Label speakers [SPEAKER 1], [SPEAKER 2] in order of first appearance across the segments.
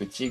[SPEAKER 1] 内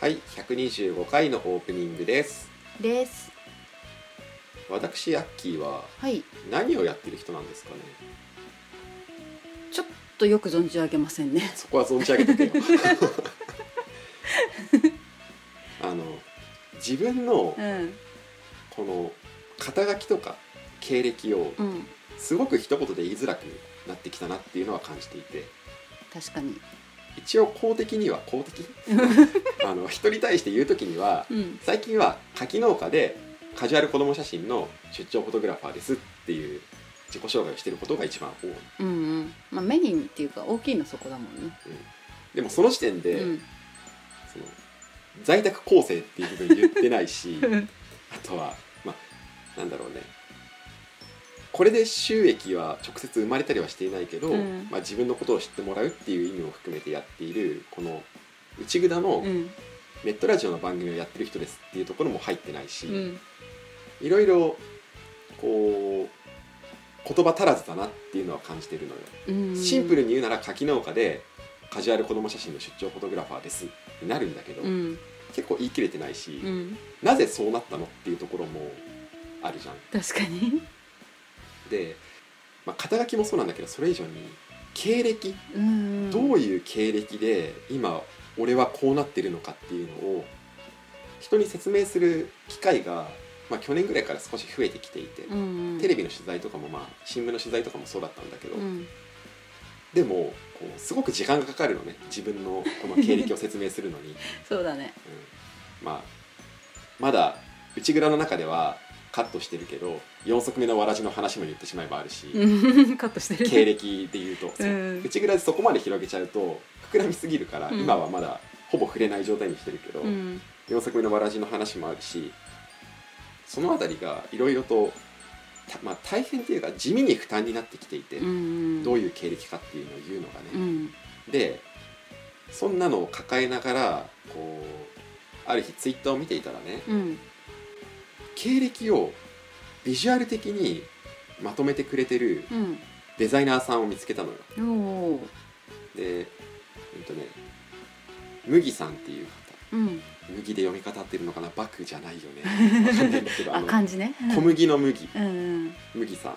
[SPEAKER 1] はい125回のオープニングです
[SPEAKER 2] です
[SPEAKER 1] 私アッキーは
[SPEAKER 2] はい
[SPEAKER 1] 何をやってる人なんですかね
[SPEAKER 2] ちょっとよく存じ上げませんね
[SPEAKER 1] そこは存じ上げててよ あの自分の
[SPEAKER 2] うん
[SPEAKER 1] この肩書きとか経歴を
[SPEAKER 2] うん
[SPEAKER 1] すごく一言で言いづらくなってきたなっていうのは感じていて
[SPEAKER 2] 確かに
[SPEAKER 1] 一応公的には 公的あの人に対して言う時には
[SPEAKER 2] うん
[SPEAKER 1] 最近は柿農家でカジュアル子ども写真の出張フォトグラファーですっていう自己紹介をしてることが一番多い
[SPEAKER 2] うんうんまあメニューっていうか大きいのそこだもんね
[SPEAKER 1] でもその時点で、
[SPEAKER 2] うん
[SPEAKER 1] その在宅構成っていう部分言ってない しあとはまあなんだろうねこれで収益は直接生まれたりはしていないけど、
[SPEAKER 2] うん
[SPEAKER 1] まあ、自分のことを知ってもらうっていう意味も含めてやっているこの内ぐだの
[SPEAKER 2] うん
[SPEAKER 1] ネットラジオの番組をやってる人ですっていうところも入ってないし、
[SPEAKER 2] うん
[SPEAKER 1] いろいろこう言葉足らずだなっていうのは感じてるのよ。
[SPEAKER 2] うん
[SPEAKER 1] シンプルに言うなら柿農家でカジュアル子ども写真の出張フォトグラファーですになるんだけど、
[SPEAKER 2] うん
[SPEAKER 1] 結構言い切れてないし、
[SPEAKER 2] うん
[SPEAKER 1] なぜそうなったのっていうところもあるじゃん。
[SPEAKER 2] 確かに
[SPEAKER 1] で、まあ、肩書きもそうなんだけどそれ以上に経歴
[SPEAKER 2] うん
[SPEAKER 1] どういう経歴で今俺はこうなってるのかっていうのを人に説明する機会が、まあ、去年ぐらいから少し増えてきていて、
[SPEAKER 2] うんうん
[SPEAKER 1] テレビの取材とかも、まあ、新聞の取材とかもそうだったんだけど、
[SPEAKER 2] うん
[SPEAKER 1] でもこうすごく時間がかかるのね自分のこの経歴を説明するのに。
[SPEAKER 2] そうだね
[SPEAKER 1] うんまあまだ内蔵の中ではカットしてるけど4足目のわらじの話も言ってしまえばあるし、
[SPEAKER 2] うんカットしてる
[SPEAKER 1] 経歴で言うと、そう
[SPEAKER 2] うん
[SPEAKER 1] 内蔵でそこまで広げちゃうと膨らみすぎるから、
[SPEAKER 2] うん
[SPEAKER 1] 今はまだほぼ触れない状態にしてるけど、
[SPEAKER 2] うん
[SPEAKER 1] 4足目のわらじの話もあるしその辺りがいろいろと、たまあ、大変というか地味に負担になってきていて、
[SPEAKER 2] うん
[SPEAKER 1] どう
[SPEAKER 2] い
[SPEAKER 1] いう経歴かっていうのを言うのがね、
[SPEAKER 2] うん
[SPEAKER 1] でそんなのを抱えながらこうある日ツイッターを見ていたらね
[SPEAKER 2] うん
[SPEAKER 1] 経歴をビジュアル的にまとめてくれてる
[SPEAKER 2] うん
[SPEAKER 1] デザイナーさんを見つけたのよ
[SPEAKER 2] おお
[SPEAKER 1] でうんとね麦さんっていう方
[SPEAKER 2] うん
[SPEAKER 1] 麦で読み方合ってるのかなバクじゃないよねわかんないんだけどあ
[SPEAKER 2] あ
[SPEAKER 1] の
[SPEAKER 2] 漢字ね
[SPEAKER 1] 小麦の麦
[SPEAKER 2] うん
[SPEAKER 1] 麦さん、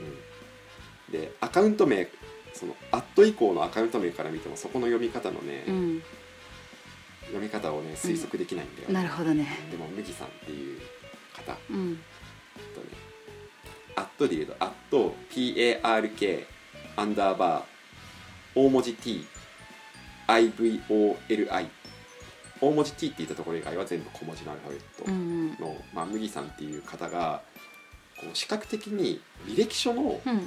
[SPEAKER 1] うん、でアカウント名そのアット以降のアカウント名から見てもそこの読み方のね、
[SPEAKER 2] うん
[SPEAKER 1] 読み方をね推測できないんだよ、
[SPEAKER 2] なるほどね
[SPEAKER 1] でも麦さんっていう方とね
[SPEAKER 2] うん
[SPEAKER 1] アットで言うとアット PARK アンダーバー大文字 TIVOLI 大文字 T って言ったところ以外は全部小文字のアルファベ
[SPEAKER 2] う
[SPEAKER 1] ッ
[SPEAKER 2] ん
[SPEAKER 1] トの、まあ、麦さんっていう方がこう視覚的に履歴書の,、あの
[SPEAKER 2] うん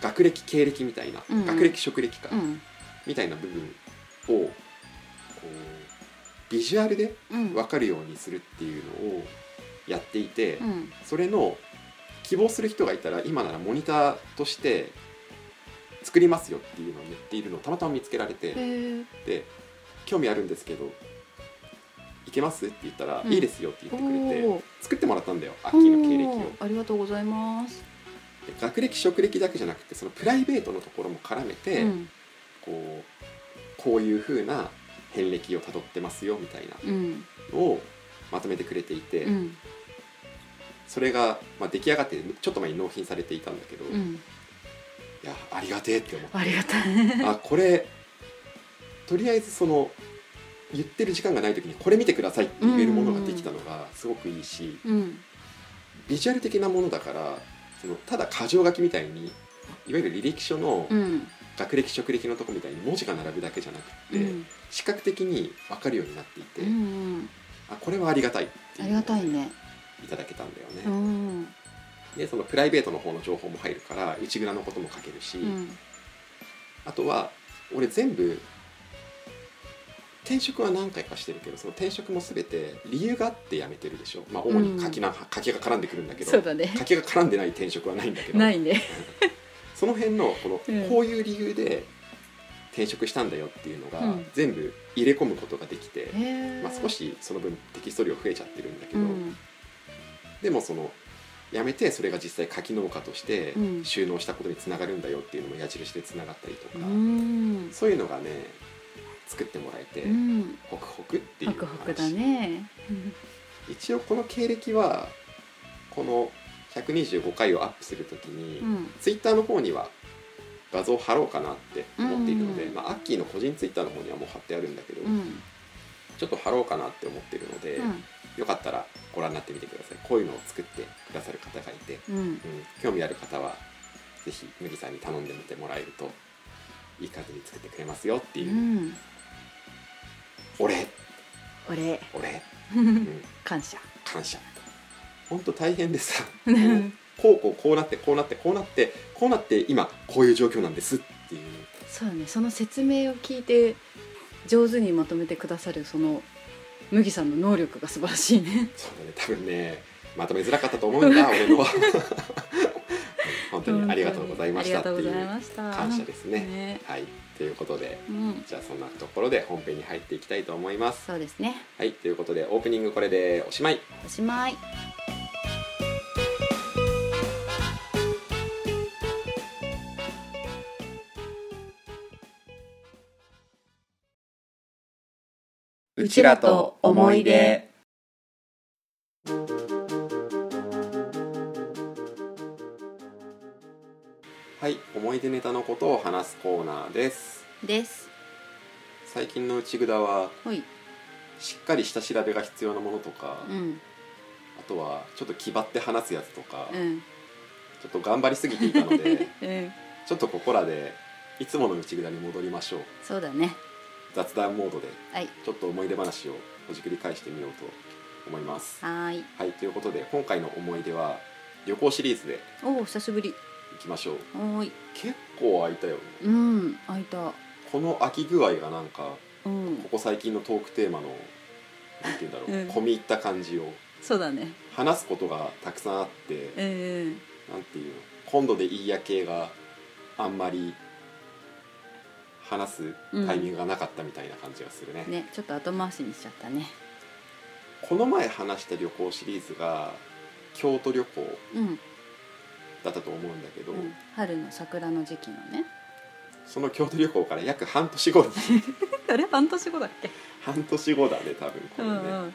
[SPEAKER 1] 学歴経歴みたいな、
[SPEAKER 2] うんうん
[SPEAKER 1] 学歴職歴か、
[SPEAKER 2] うん
[SPEAKER 1] みたいな部分をこうビジュアルで
[SPEAKER 2] うん
[SPEAKER 1] 分かるようにするっていうのをやっていて、
[SPEAKER 2] うん
[SPEAKER 1] それの希望する人がいたら今ならモニターとして作りますよっていうのを言っているのをたまたま見つけられて
[SPEAKER 2] へえ
[SPEAKER 1] で「興味あるんですけどいけます?」って言ったら「
[SPEAKER 2] うん
[SPEAKER 1] いいですよ」って言ってくれて、
[SPEAKER 2] おお
[SPEAKER 1] 作ってもらったんだよ秋の経歴を。
[SPEAKER 2] ありがとうございます
[SPEAKER 1] で学歴職歴だけじゃなくてそのプライベートのところも絡めて、
[SPEAKER 2] うん
[SPEAKER 1] こうこういう風な遍歴をたどってますよみたいな
[SPEAKER 2] うん
[SPEAKER 1] のをまとめてくれていて。
[SPEAKER 2] うん
[SPEAKER 1] それが、まあ、出来上がってちょっと前に納品されていたんだけど、
[SPEAKER 2] うん
[SPEAKER 1] いやありがてえって思っ
[SPEAKER 3] ありがたい
[SPEAKER 1] たあこれとりあえずその言ってる時間がない時にこれ見てくださいって言えるものができたのがすごくいいし
[SPEAKER 3] うん
[SPEAKER 1] ビジュアル的なものだからそのただ箇条書きみたいにいわゆる履歴書の
[SPEAKER 3] うん
[SPEAKER 1] 学歴職歴のとこみたいに文字が並ぶだけじゃなく
[SPEAKER 3] う
[SPEAKER 1] て、
[SPEAKER 3] ん
[SPEAKER 1] 視覚的に分かるようになっていて、
[SPEAKER 3] うんうん
[SPEAKER 1] あこれはありがたいっ
[SPEAKER 3] あ
[SPEAKER 1] てい
[SPEAKER 3] り
[SPEAKER 1] うのを
[SPEAKER 3] がたいね
[SPEAKER 1] いただけたんだよね。
[SPEAKER 3] うん
[SPEAKER 1] でそのプライベートの方の情報も入るから内蔵のことも書けるし、
[SPEAKER 3] うん
[SPEAKER 1] あとは俺全部転職は何回かしてるけどその転職も全て理由があって辞めてるでしょ、まあ、主に書きな、書きが絡んでくるんだけど
[SPEAKER 3] そうだね
[SPEAKER 1] 書きが絡んでない転職はないんだけど
[SPEAKER 3] ないね
[SPEAKER 1] その辺のこの、
[SPEAKER 3] うん
[SPEAKER 1] こういう理由で転職したんだよっていうのが、
[SPEAKER 3] うん
[SPEAKER 1] 全部入れ込むことができて、まあ、少
[SPEAKER 3] し
[SPEAKER 1] しその分テキスト量増えちゃってるんだけ
[SPEAKER 3] う
[SPEAKER 1] ど、
[SPEAKER 3] ん
[SPEAKER 1] でもそのやめてそれが実際柿農家として
[SPEAKER 3] うん
[SPEAKER 1] 収納したことにつながるんだよっていうのも矢印でつながったりと
[SPEAKER 3] う
[SPEAKER 1] か、
[SPEAKER 3] ん
[SPEAKER 1] そういうのがね作ってもらえて、
[SPEAKER 3] うん
[SPEAKER 1] ホクホクっていう
[SPEAKER 3] ホクホクだね
[SPEAKER 1] 一応この経歴はこの125回をアップするときに、
[SPEAKER 3] うん
[SPEAKER 1] ツイッターの方には画像を貼ろうかなって思っているので、
[SPEAKER 3] うん
[SPEAKER 1] まあ、アッキーの個人ツイッターの方にはもう貼ってあるんだけど、
[SPEAKER 3] うん
[SPEAKER 1] ちょっと貼ろうかなって思ってるので、よかったらご覧になってみてくださいこういうのを作ってくださる方がいて、
[SPEAKER 3] うんうん
[SPEAKER 1] うん、興味ある方はぜひ麦さんに頼んでみてもらえるといい感じに作ってくれますよって
[SPEAKER 3] う
[SPEAKER 1] いう、
[SPEAKER 3] ん
[SPEAKER 1] 俺
[SPEAKER 3] 俺
[SPEAKER 1] 俺、うん、
[SPEAKER 3] 感謝
[SPEAKER 1] 感謝ほんと大変でさこうこうこうなってこうなってこうなってこうなって今こういう状況なんですっていう
[SPEAKER 3] そうだねその説明を聞いて上手にまとめてくださるその麦さんの能力が素晴らしいね
[SPEAKER 1] そうだね多分ねまとめづらかったと 思うんだ俺のは本当にありがとうございましたって
[SPEAKER 3] あり
[SPEAKER 1] い
[SPEAKER 3] がとうございうました
[SPEAKER 1] 感謝ですね
[SPEAKER 3] ね
[SPEAKER 1] はいということで
[SPEAKER 3] うん
[SPEAKER 1] じゃあそんなところで本編に入っていきたいと思います
[SPEAKER 3] そうですね
[SPEAKER 1] はいということでオープニングこれでおしまい
[SPEAKER 3] おしまい
[SPEAKER 1] う
[SPEAKER 3] ちらと思い出
[SPEAKER 1] はい思い出ネタのことを話すコーナーです
[SPEAKER 3] です
[SPEAKER 1] 最近の内札は
[SPEAKER 3] ほい
[SPEAKER 1] しっかり下調べが必要なものとか、
[SPEAKER 3] うん
[SPEAKER 1] あとはちょっと気張って話すやつとか、
[SPEAKER 3] う
[SPEAKER 1] ち
[SPEAKER 3] ん
[SPEAKER 1] ょっと頑張りすぎていたので
[SPEAKER 3] うん
[SPEAKER 1] ちょっとここらでいつもの内札に戻りましょう
[SPEAKER 3] そうだね
[SPEAKER 1] 雑談モードで
[SPEAKER 3] はい
[SPEAKER 1] ちょっと思い出話をほじくり返してみようと思います
[SPEAKER 3] はーい
[SPEAKER 1] はいということで今回の思い出は旅行シリーズで
[SPEAKER 3] おお久しぶり
[SPEAKER 1] いきましょう
[SPEAKER 3] おーい
[SPEAKER 1] 結構空いたよね
[SPEAKER 3] うん開いた
[SPEAKER 1] この空き具合がなんか
[SPEAKER 3] うん
[SPEAKER 1] ここ最近のトークテーマのなんて言うんだろう、
[SPEAKER 3] うん
[SPEAKER 1] 込み入った感じを
[SPEAKER 3] そうだね
[SPEAKER 1] 話すことがたくさんあって、
[SPEAKER 3] うん
[SPEAKER 1] なんていうの今度でいいや系があんまり話すタイミングがなかったみたいな感じがするね,、
[SPEAKER 3] うんねちょっと後回しにしちゃったね
[SPEAKER 1] この前話した旅行シリーズが京都旅行
[SPEAKER 3] うん
[SPEAKER 1] だったと思うんだけど、
[SPEAKER 3] うん春の桜の時期のね
[SPEAKER 1] その京都旅行から約半年後に
[SPEAKER 3] あれ半年後だっけ
[SPEAKER 1] 半年後だね多分
[SPEAKER 3] う
[SPEAKER 1] これね、
[SPEAKER 3] んうん
[SPEAKER 1] うん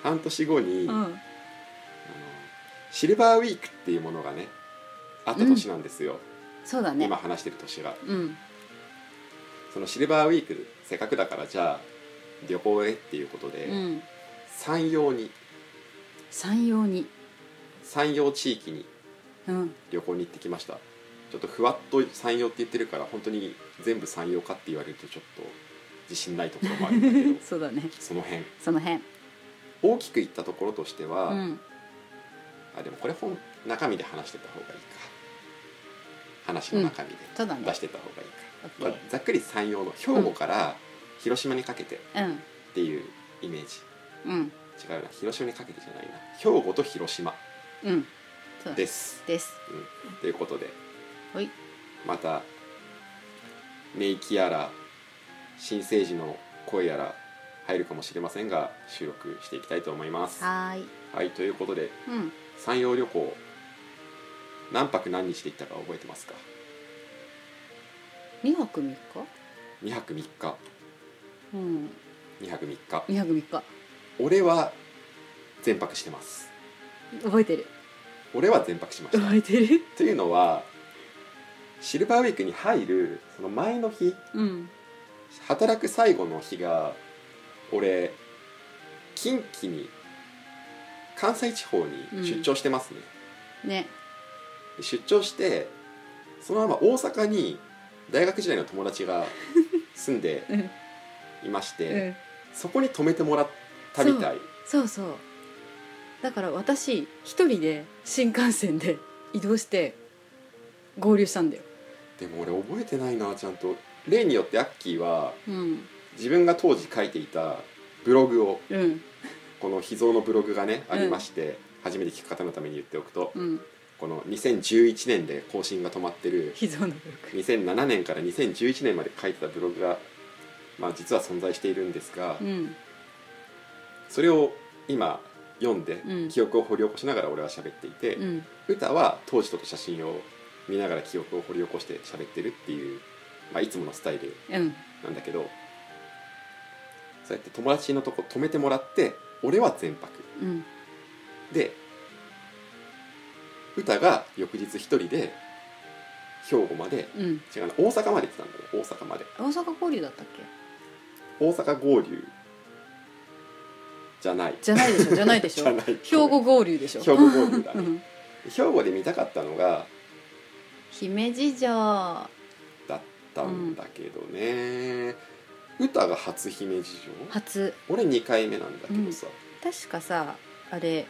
[SPEAKER 1] 半年後に、
[SPEAKER 3] う
[SPEAKER 1] あの
[SPEAKER 3] ん
[SPEAKER 1] シルバーウィークっていうものがねあった年なんですよ、
[SPEAKER 3] そうだね
[SPEAKER 1] 今話してる年が
[SPEAKER 3] うん
[SPEAKER 1] そのシルバーウィークせっかくだからじゃあ旅行へっていうことで、
[SPEAKER 3] うん
[SPEAKER 1] 山陽に
[SPEAKER 3] 山陽に
[SPEAKER 1] 山陽地域に
[SPEAKER 3] うん
[SPEAKER 1] 旅行に行ってきましたちょっとふわっと山陽って言ってるから本当に全部山陽かって言われるとちょっと自信ないところもあるんだけ ど
[SPEAKER 3] そうだね
[SPEAKER 1] その辺
[SPEAKER 3] その辺
[SPEAKER 1] 大きく行ったところとしては、
[SPEAKER 3] うん
[SPEAKER 1] あでもこれ本中身で話してた方がいいか話の中身で
[SPEAKER 3] そうだね
[SPEAKER 1] 出してた方がいいか、
[SPEAKER 3] オッケ
[SPEAKER 1] まあ
[SPEAKER 3] ー、
[SPEAKER 1] ざっくり山陽の兵庫から広島にかけて
[SPEAKER 3] うん
[SPEAKER 1] っていうイメージ
[SPEAKER 3] うん
[SPEAKER 1] 違うな広島にかけてじゃないな兵庫と広島
[SPEAKER 3] うんそうだ
[SPEAKER 1] です
[SPEAKER 3] です
[SPEAKER 1] ということで
[SPEAKER 3] ほい
[SPEAKER 1] また名機やら新生児の声やら入るかもしれませんが収録していきたいと思います。は
[SPEAKER 3] はーい
[SPEAKER 1] いということで
[SPEAKER 3] うん
[SPEAKER 1] 山陽旅行何泊何日で行ったか覚えてますか
[SPEAKER 3] 二泊三日
[SPEAKER 1] 2泊3日
[SPEAKER 3] うん
[SPEAKER 1] 2泊3日
[SPEAKER 3] 二泊三日
[SPEAKER 1] 俺は全泊してます
[SPEAKER 3] 覚えてる
[SPEAKER 1] 俺は全泊しました
[SPEAKER 3] 覚えてる
[SPEAKER 1] というのはシルバーウィークに入るその前の日
[SPEAKER 3] うん
[SPEAKER 1] 働く最後の日が俺近畿に関西地方に出張してますね、
[SPEAKER 3] ね
[SPEAKER 1] で出張してそのまま大阪に大学時代の友達が住んで
[SPEAKER 3] うん
[SPEAKER 1] いまし て、
[SPEAKER 3] うん
[SPEAKER 1] そこに泊めてもらったみたい
[SPEAKER 3] そうそうだから私一人で新幹線で移動して合流したんだよ
[SPEAKER 1] でも俺覚えてないなちゃんと例によってアッキーは
[SPEAKER 3] うん
[SPEAKER 1] 自分が当時書いていたブログを
[SPEAKER 3] うん
[SPEAKER 1] この秘蔵のブログがね
[SPEAKER 3] う
[SPEAKER 1] あ
[SPEAKER 3] ん
[SPEAKER 1] りまして、初めて聞く方のために言っておくと
[SPEAKER 3] うん
[SPEAKER 1] この2011年で更新が止まってる
[SPEAKER 3] 秘蔵のブログ
[SPEAKER 1] 2007年から2011年まで書いてたブログが、まあ、実は存在しているんですが、
[SPEAKER 3] うん
[SPEAKER 1] それを今読んで、
[SPEAKER 3] うん
[SPEAKER 1] 記憶を掘り起こしながら俺は喋っていて、
[SPEAKER 3] うん
[SPEAKER 1] 歌は当時と写真を見ながら記憶を掘り起こして喋ってるっていう、まあ、いつものスタイル
[SPEAKER 3] うん
[SPEAKER 1] なんだけどそうやって友達のとこ泊めてもらって俺は全泊
[SPEAKER 3] うん
[SPEAKER 1] で歌が翌日一人で兵庫まで
[SPEAKER 3] うん
[SPEAKER 1] 違うな大阪まで行ってたんだね大阪まで
[SPEAKER 3] 大阪交流だったっけ
[SPEAKER 1] 大阪合流じゃない
[SPEAKER 3] じゃないでしょじゃないでし
[SPEAKER 1] じゃ
[SPEAKER 3] ょ
[SPEAKER 1] ない
[SPEAKER 3] 兵庫合流でしょ
[SPEAKER 1] 兵庫合流だ
[SPEAKER 3] う
[SPEAKER 1] ね
[SPEAKER 3] ん
[SPEAKER 1] 兵庫で見たかったのが
[SPEAKER 3] 姫路城
[SPEAKER 1] だったんだけどね、歌が初姫路城
[SPEAKER 3] 初
[SPEAKER 1] 俺2回目なんだけどさ、
[SPEAKER 3] 確かさあれ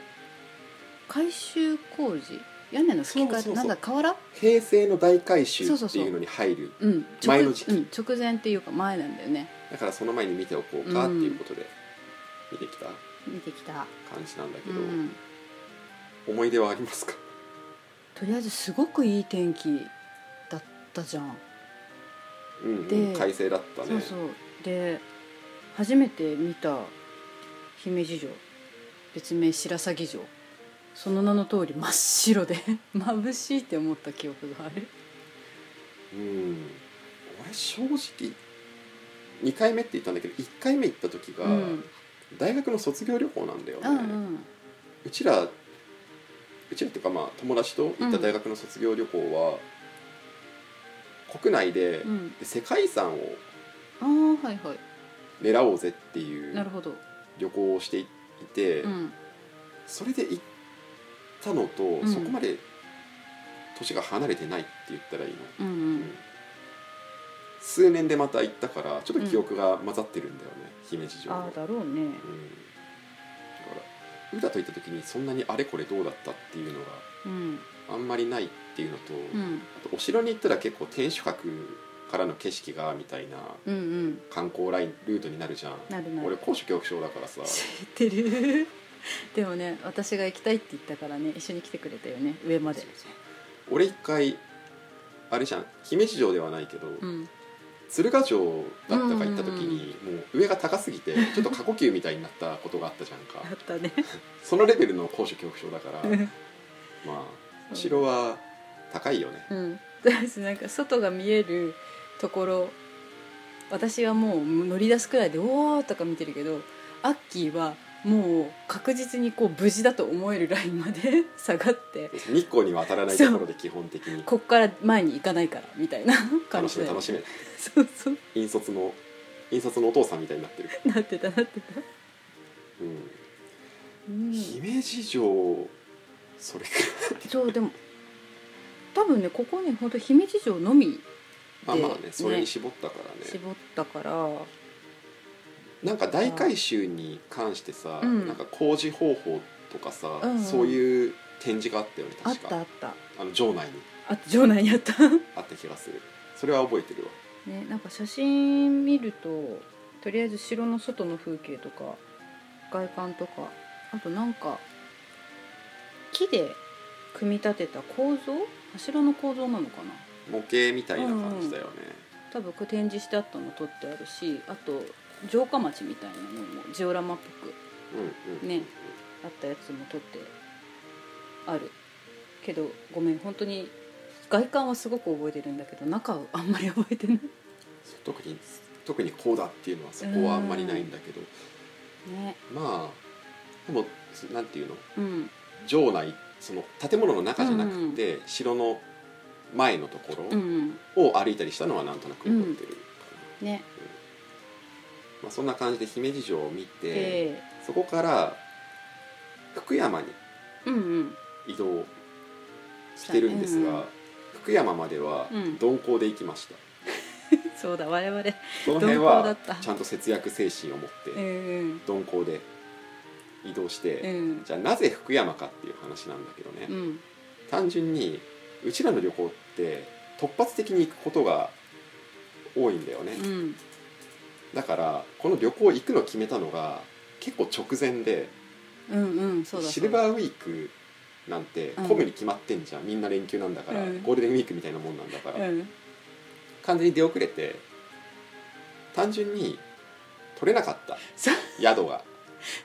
[SPEAKER 3] 改修工事屋根の吹き替
[SPEAKER 1] そうそうそ
[SPEAKER 3] え
[SPEAKER 1] う
[SPEAKER 3] なんだ瓦
[SPEAKER 1] 平成の大改修っていうのに入る
[SPEAKER 3] うん直
[SPEAKER 1] 前の時期
[SPEAKER 3] うん、直前っていうか前なんだよね
[SPEAKER 1] だからその前に見ておこうかっていうことで見てきた
[SPEAKER 3] 見てきた、
[SPEAKER 1] 感じなんだけ
[SPEAKER 3] う
[SPEAKER 1] ど、
[SPEAKER 3] ん、
[SPEAKER 1] 思い出はありますか
[SPEAKER 3] とりあえずすごくいい天気だったじゃん、
[SPEAKER 1] うんうん
[SPEAKER 3] で
[SPEAKER 1] 快晴だったね
[SPEAKER 3] そうそうで初めて見た姫路城別名白鷺城その名の通り真っ白で 眩しいって思った記憶がある
[SPEAKER 1] うん俺正直2回目って言ったんだけど1回目行った時が
[SPEAKER 3] うん
[SPEAKER 1] 大学の卒業旅行なんだよね、
[SPEAKER 3] うんうん
[SPEAKER 1] うちらうちらっていうかまあ友達と行った大学の卒業旅行は、国内で,、
[SPEAKER 3] うん
[SPEAKER 1] で世界遺産を
[SPEAKER 3] ああはいはい
[SPEAKER 1] 狙おうぜってい
[SPEAKER 3] なる
[SPEAKER 1] う
[SPEAKER 3] ほど
[SPEAKER 1] 旅行をしていて、
[SPEAKER 3] うん
[SPEAKER 1] それで行ったのと、
[SPEAKER 3] ん
[SPEAKER 1] そこまで年が離れてないって言ったらいいの、
[SPEAKER 3] うんう
[SPEAKER 1] うん
[SPEAKER 3] ん
[SPEAKER 1] 数年でまた行ったからちょっと記憶が混ざってるんだよね、姫路城の
[SPEAKER 3] ああだろうね
[SPEAKER 1] うん、だから歌と行った時にそんなにあれこれどうだったっていうのが
[SPEAKER 3] うん
[SPEAKER 1] あんまりないっていうのと、
[SPEAKER 3] うん
[SPEAKER 1] あとお城に行ったら結構天守閣からの景色がみたいな
[SPEAKER 3] うんうん
[SPEAKER 1] 観光ラインルートになるじゃん
[SPEAKER 3] なるなる
[SPEAKER 1] 俺高所恐怖症だからさ
[SPEAKER 3] 知ってる でもね私が行きたいって言ったからね一緒に来てくれたよね上まで
[SPEAKER 1] 俺一回あれじゃん姫路城ではないけど、
[SPEAKER 3] うん
[SPEAKER 1] 鶴ヶ城だったか行った時
[SPEAKER 3] うん
[SPEAKER 1] に、もう上が高すぎてちょっと過呼吸みたいになったことがあったじゃんか
[SPEAKER 3] あったね
[SPEAKER 1] そのレベルの高所恐怖症だから まあお城は高いよね
[SPEAKER 3] うんとりあえずなんか外が見えるところ私はもう乗り出すくらいで「おー」とか見てるけどアッキーはもう確実にこう無事だと思えるラインまで 下がって
[SPEAKER 1] 日光には当たらないところで基本的に
[SPEAKER 3] こっから前に行かないからみたいな感
[SPEAKER 1] 楽
[SPEAKER 3] じ
[SPEAKER 1] しめ
[SPEAKER 3] で
[SPEAKER 1] 楽しめ
[SPEAKER 3] そうそう
[SPEAKER 1] 引率の引率のお父さんみたいになってる、
[SPEAKER 3] なってたなってた、
[SPEAKER 1] うん
[SPEAKER 3] うん、
[SPEAKER 1] 姫路城それく
[SPEAKER 3] そうでも多分ねここに本当姫路城のみ
[SPEAKER 1] らい
[SPEAKER 3] で
[SPEAKER 1] まあまあねそれに絞ったからね
[SPEAKER 3] 絞ったから、
[SPEAKER 1] なんか大改修に関してさ、
[SPEAKER 3] うん
[SPEAKER 1] なんか工事方法とかさ、
[SPEAKER 3] うんうん
[SPEAKER 1] そういう展示があったよね
[SPEAKER 3] あっ
[SPEAKER 1] 確
[SPEAKER 3] たあっ
[SPEAKER 1] か
[SPEAKER 3] た
[SPEAKER 1] あの城内に
[SPEAKER 3] あと城内にあった
[SPEAKER 1] あった気がするそれは覚えてるわ
[SPEAKER 3] ねなんか写真見るととりあえず城の外の風景とか外観とかあとなんか木で組み立てた構造柱の構造なのかな
[SPEAKER 1] 模型みたいな感じだよね、
[SPEAKER 3] 多分これ展示してあったの取ってあるしあと城下町みたいなのもジオラマっぽく
[SPEAKER 1] うんうん
[SPEAKER 3] ねあったやつも撮ってあるけどごめん本当に外観はすごく覚えてるんだけど中はあんまり覚えてない
[SPEAKER 1] そう特に特にこうだっていうのはそこはあんまりないんだけど、
[SPEAKER 3] ね
[SPEAKER 1] まあでもそなんていうの
[SPEAKER 3] うん
[SPEAKER 1] 城内その建物の中じゃなくて、城の前のとこ
[SPEAKER 3] うんうん
[SPEAKER 1] ろを歩いたりしたのはなんとなく残ってる、
[SPEAKER 3] ね
[SPEAKER 1] まあ、そんな感じで姫路城を見て、
[SPEAKER 3] え
[SPEAKER 1] そこから福山に
[SPEAKER 3] えうんうん
[SPEAKER 1] 移動してるんですが、
[SPEAKER 3] うんうん
[SPEAKER 1] 福山までは
[SPEAKER 3] うん
[SPEAKER 1] 鈍行で行きました、
[SPEAKER 3] そうだ我々
[SPEAKER 1] その辺
[SPEAKER 3] 鈍行だ
[SPEAKER 1] は
[SPEAKER 3] った
[SPEAKER 1] ちゃんと節約精神を持っ
[SPEAKER 3] う
[SPEAKER 1] て
[SPEAKER 3] ん
[SPEAKER 1] 鈍行で移動し
[SPEAKER 3] う
[SPEAKER 1] て、
[SPEAKER 3] ん
[SPEAKER 1] じゃあなぜ福山かっていう話なんだけどね、
[SPEAKER 3] うん
[SPEAKER 1] 単純にうちらの旅行って突発的に行くことが多いんだよね、
[SPEAKER 3] うん
[SPEAKER 1] だからこの旅行行くの決めたのが結構直前で
[SPEAKER 3] うんうんそうだ
[SPEAKER 1] シル
[SPEAKER 3] ー
[SPEAKER 1] バーウィークなんて
[SPEAKER 3] うん
[SPEAKER 1] 混むに決まってんじゃん、みんな連休なんだから、
[SPEAKER 3] うん
[SPEAKER 1] ゴールデンウィークみたいなもんなんだから、
[SPEAKER 3] うん
[SPEAKER 1] 完全に出遅れて単純に取れなかった
[SPEAKER 3] そう
[SPEAKER 1] 宿が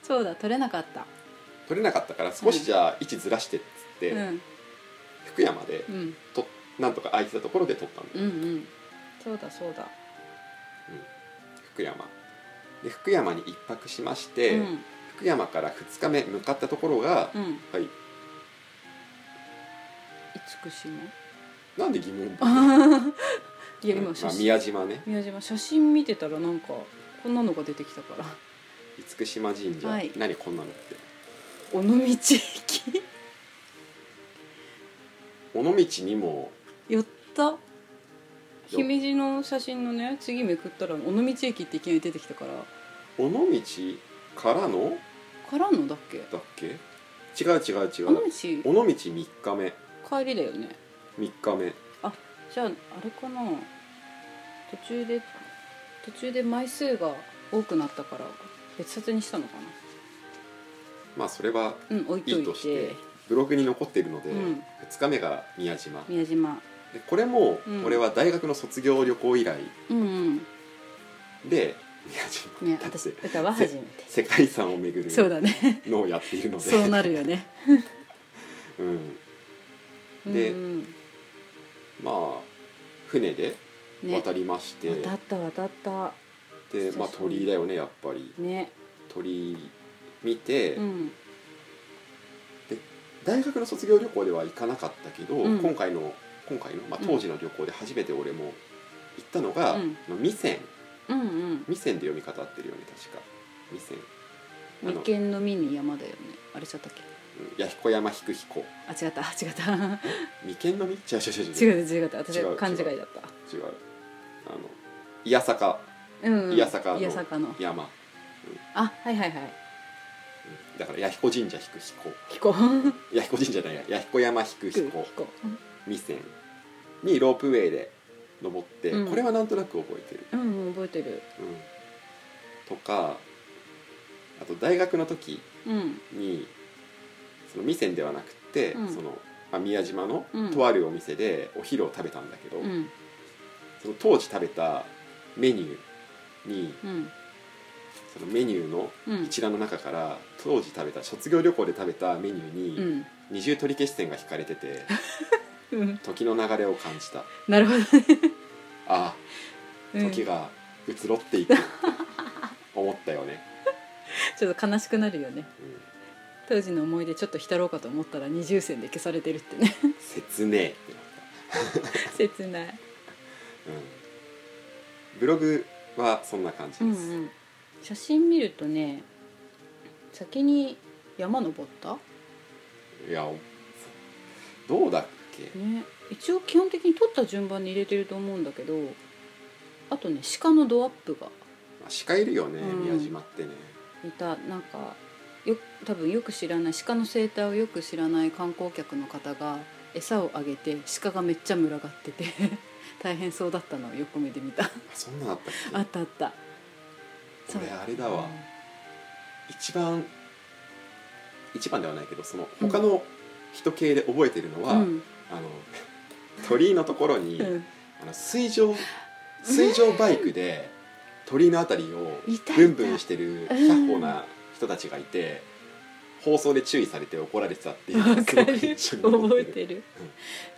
[SPEAKER 3] そうだ取れなかった
[SPEAKER 1] 取れなかったから少しじゃあ位置ずらしてっつって、
[SPEAKER 3] うん
[SPEAKER 1] 福山で
[SPEAKER 3] うん
[SPEAKER 1] となんとか空いてたところで取ったんだよ
[SPEAKER 3] うんうんそうだそうだ
[SPEAKER 1] 福山で福山に一泊しまして、
[SPEAKER 3] うん
[SPEAKER 1] 福山から2日目向かったところが、
[SPEAKER 3] うん
[SPEAKER 1] はい
[SPEAKER 3] 慈しの
[SPEAKER 1] なんで疑問文
[SPEAKER 3] いや今
[SPEAKER 1] ま
[SPEAKER 3] 写
[SPEAKER 1] あ、
[SPEAKER 3] 真
[SPEAKER 1] 宮島ね
[SPEAKER 3] 宮島写真見てたらなんかこんなのが出てきたから
[SPEAKER 1] 厳島神社、
[SPEAKER 3] はい
[SPEAKER 1] 何こんなのって
[SPEAKER 3] 尾道駅
[SPEAKER 1] 尾道にも
[SPEAKER 3] 寄った姫路の写真のね次めくったら尾道駅っていきなり出てきたから
[SPEAKER 1] 尾道からの
[SPEAKER 3] からのだっけ
[SPEAKER 1] だっけ違う違う違
[SPEAKER 3] 尾道
[SPEAKER 1] う
[SPEAKER 3] 帰
[SPEAKER 1] 尾道3日目
[SPEAKER 3] りだよね
[SPEAKER 1] 3日目
[SPEAKER 3] じゃああれかな途中で途中で枚数が多くなったから別冊にしたのか
[SPEAKER 1] まあそれは
[SPEAKER 3] なうん置い
[SPEAKER 1] い
[SPEAKER 3] と
[SPEAKER 1] い
[SPEAKER 3] いて
[SPEAKER 1] としてブログに残ってるので、
[SPEAKER 3] うん
[SPEAKER 1] 2日目が宮島
[SPEAKER 3] 宮島
[SPEAKER 1] でこれも
[SPEAKER 3] うん
[SPEAKER 1] 俺は大学の卒業旅行以来
[SPEAKER 3] うん
[SPEAKER 1] で宮島
[SPEAKER 3] うんね
[SPEAKER 1] だって
[SPEAKER 3] 私だからは初めて
[SPEAKER 1] 世界遺産を巡
[SPEAKER 3] そう
[SPEAKER 1] る
[SPEAKER 3] だね
[SPEAKER 1] のをやっているので
[SPEAKER 3] そうなるよね
[SPEAKER 1] うん、で
[SPEAKER 3] うん
[SPEAKER 1] まあ船で
[SPEAKER 3] うんね
[SPEAKER 1] 渡りまして、
[SPEAKER 3] 渡った渡った
[SPEAKER 1] で、まあ、鳥居だよねやっぱり
[SPEAKER 3] ね
[SPEAKER 1] 鳥居見て、
[SPEAKER 3] うん
[SPEAKER 1] 大学の卒業旅行では行かなかったけど、
[SPEAKER 3] うん
[SPEAKER 1] 今回の今回の、まあ、
[SPEAKER 3] うん
[SPEAKER 1] 当時の旅行で初めて俺も行ったのが、
[SPEAKER 3] うん
[SPEAKER 1] あの味仙
[SPEAKER 3] うんうん
[SPEAKER 1] 味仙で読み方合ってるよね確か味仙あ
[SPEAKER 3] 眉間の
[SPEAKER 1] の
[SPEAKER 3] 実に山だよねあれちゃったっけ
[SPEAKER 1] うん弥彦山ひくひこ
[SPEAKER 3] あ違ったあ 違った
[SPEAKER 1] 眉間の実違う違う違う違う
[SPEAKER 3] 違う違う私
[SPEAKER 1] 違う違
[SPEAKER 3] は
[SPEAKER 1] う
[SPEAKER 3] 勘違いだった
[SPEAKER 1] 違うあの伊坂
[SPEAKER 3] うんうん
[SPEAKER 1] いや坂の
[SPEAKER 3] いや坂の
[SPEAKER 1] 山
[SPEAKER 3] あはいはいはい
[SPEAKER 1] うんだから弥彦神社ひくひこ
[SPEAKER 3] 飛行
[SPEAKER 1] 弥彦神社じゃないや弥彦山ひくひ
[SPEAKER 3] 飛
[SPEAKER 1] こ
[SPEAKER 3] 行
[SPEAKER 1] 味仙にロープウェイで登って、
[SPEAKER 3] うん
[SPEAKER 1] これはなんとなく覚えてる、
[SPEAKER 3] うんうん覚えてる
[SPEAKER 1] うん、とかあと大学の時
[SPEAKER 3] うん
[SPEAKER 1] にその店ではなくて、
[SPEAKER 3] うん
[SPEAKER 1] そのまあ宮島の
[SPEAKER 3] うん
[SPEAKER 1] とあるお店でお昼を食べたんだけど、
[SPEAKER 3] うん
[SPEAKER 1] その当時食べたメニューに
[SPEAKER 3] うん
[SPEAKER 1] そのメニューの
[SPEAKER 3] うん
[SPEAKER 1] 一覧の中から当時食べた卒業旅行で食べたメニュー
[SPEAKER 3] う
[SPEAKER 1] に
[SPEAKER 3] ん
[SPEAKER 1] 二重取り消し線が引かれて て
[SPEAKER 3] うん
[SPEAKER 1] 時の流れを感じた
[SPEAKER 3] なるほど
[SPEAKER 1] ああ
[SPEAKER 3] うん
[SPEAKER 1] 時が移ろっていくって 思ったよね、
[SPEAKER 3] ちょっと悲しくなるよね
[SPEAKER 1] うん
[SPEAKER 3] 当時の思い出ちょっと浸ろうかと思ったら二重線で消されてるってね
[SPEAKER 1] 切ねえってなった
[SPEAKER 3] 切ない
[SPEAKER 1] うんブログはそんな感じ
[SPEAKER 3] う
[SPEAKER 1] で
[SPEAKER 3] ん
[SPEAKER 1] す、
[SPEAKER 3] うん写真見るとね先に山登った
[SPEAKER 1] いやどうだっけ
[SPEAKER 3] ね一応基本的に撮った順番に入れてると思うんだけどあとね鹿のドアップが
[SPEAKER 1] まあ鹿いるよね、
[SPEAKER 3] うん
[SPEAKER 1] 宮島ってね
[SPEAKER 3] いたなんかよ多分よく知らない鹿の生態をよく知らない観光客の方が餌をあげて鹿がめっちゃ群がって て大変そうだったのを横目で見た
[SPEAKER 1] あそんなのあったっけ
[SPEAKER 3] あったあった
[SPEAKER 1] 俺あれだわ一番一番ではないけどその
[SPEAKER 3] うん
[SPEAKER 1] 他の人系で覚えてるのは、
[SPEAKER 3] うん
[SPEAKER 1] あの鳥居のところに、
[SPEAKER 3] うん
[SPEAKER 1] あの水上水上バイクで鳥居のあたりを
[SPEAKER 3] いたいた
[SPEAKER 1] ブンブンして
[SPEAKER 3] う
[SPEAKER 1] る
[SPEAKER 3] ん
[SPEAKER 1] 百歩な人たちがいて、放送で注意されて怒られてたっていうの
[SPEAKER 3] わ
[SPEAKER 1] がす
[SPEAKER 3] か
[SPEAKER 1] ご
[SPEAKER 3] る
[SPEAKER 1] く印象に残
[SPEAKER 3] 覚え
[SPEAKER 1] る
[SPEAKER 3] てる
[SPEAKER 1] うん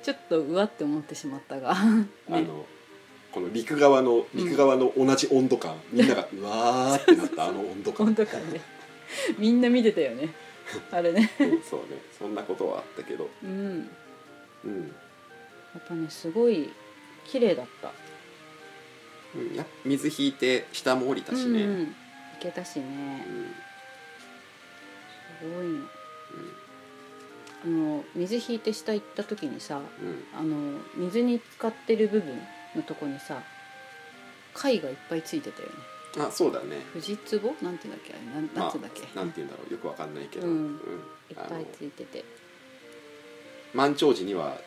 [SPEAKER 3] ちょっとうわって思ってしまったが
[SPEAKER 1] あ
[SPEAKER 3] ね
[SPEAKER 1] のこの陸側の陸側の同じ温度感、みん ながうわーってなったあの温度
[SPEAKER 3] 本
[SPEAKER 1] 感
[SPEAKER 3] 当かねみんな見てたよねあれね
[SPEAKER 1] うんそうねそんなことはあったけど
[SPEAKER 3] うん
[SPEAKER 1] うん
[SPEAKER 3] やっぱねすごい綺麗だった
[SPEAKER 1] うんやっぱ水引いて下も降りたしね、
[SPEAKER 3] うん
[SPEAKER 1] う
[SPEAKER 3] うんん、行けたしねすごいのあの水引いて下行った時にさ
[SPEAKER 1] うん
[SPEAKER 3] あの水に浸かってる部分のとこにさ貝がいっぱいついてたよね
[SPEAKER 1] あそうだね
[SPEAKER 3] 藤壺なんていうんだっけあれなん
[SPEAKER 1] ま
[SPEAKER 3] なん
[SPEAKER 1] あ
[SPEAKER 3] つうんだっけ、
[SPEAKER 1] なんて言うんだろうよくわかんないけど、
[SPEAKER 3] うんいっ
[SPEAKER 1] あ
[SPEAKER 3] ぱい
[SPEAKER 1] の
[SPEAKER 3] ついてて
[SPEAKER 1] 満潮時には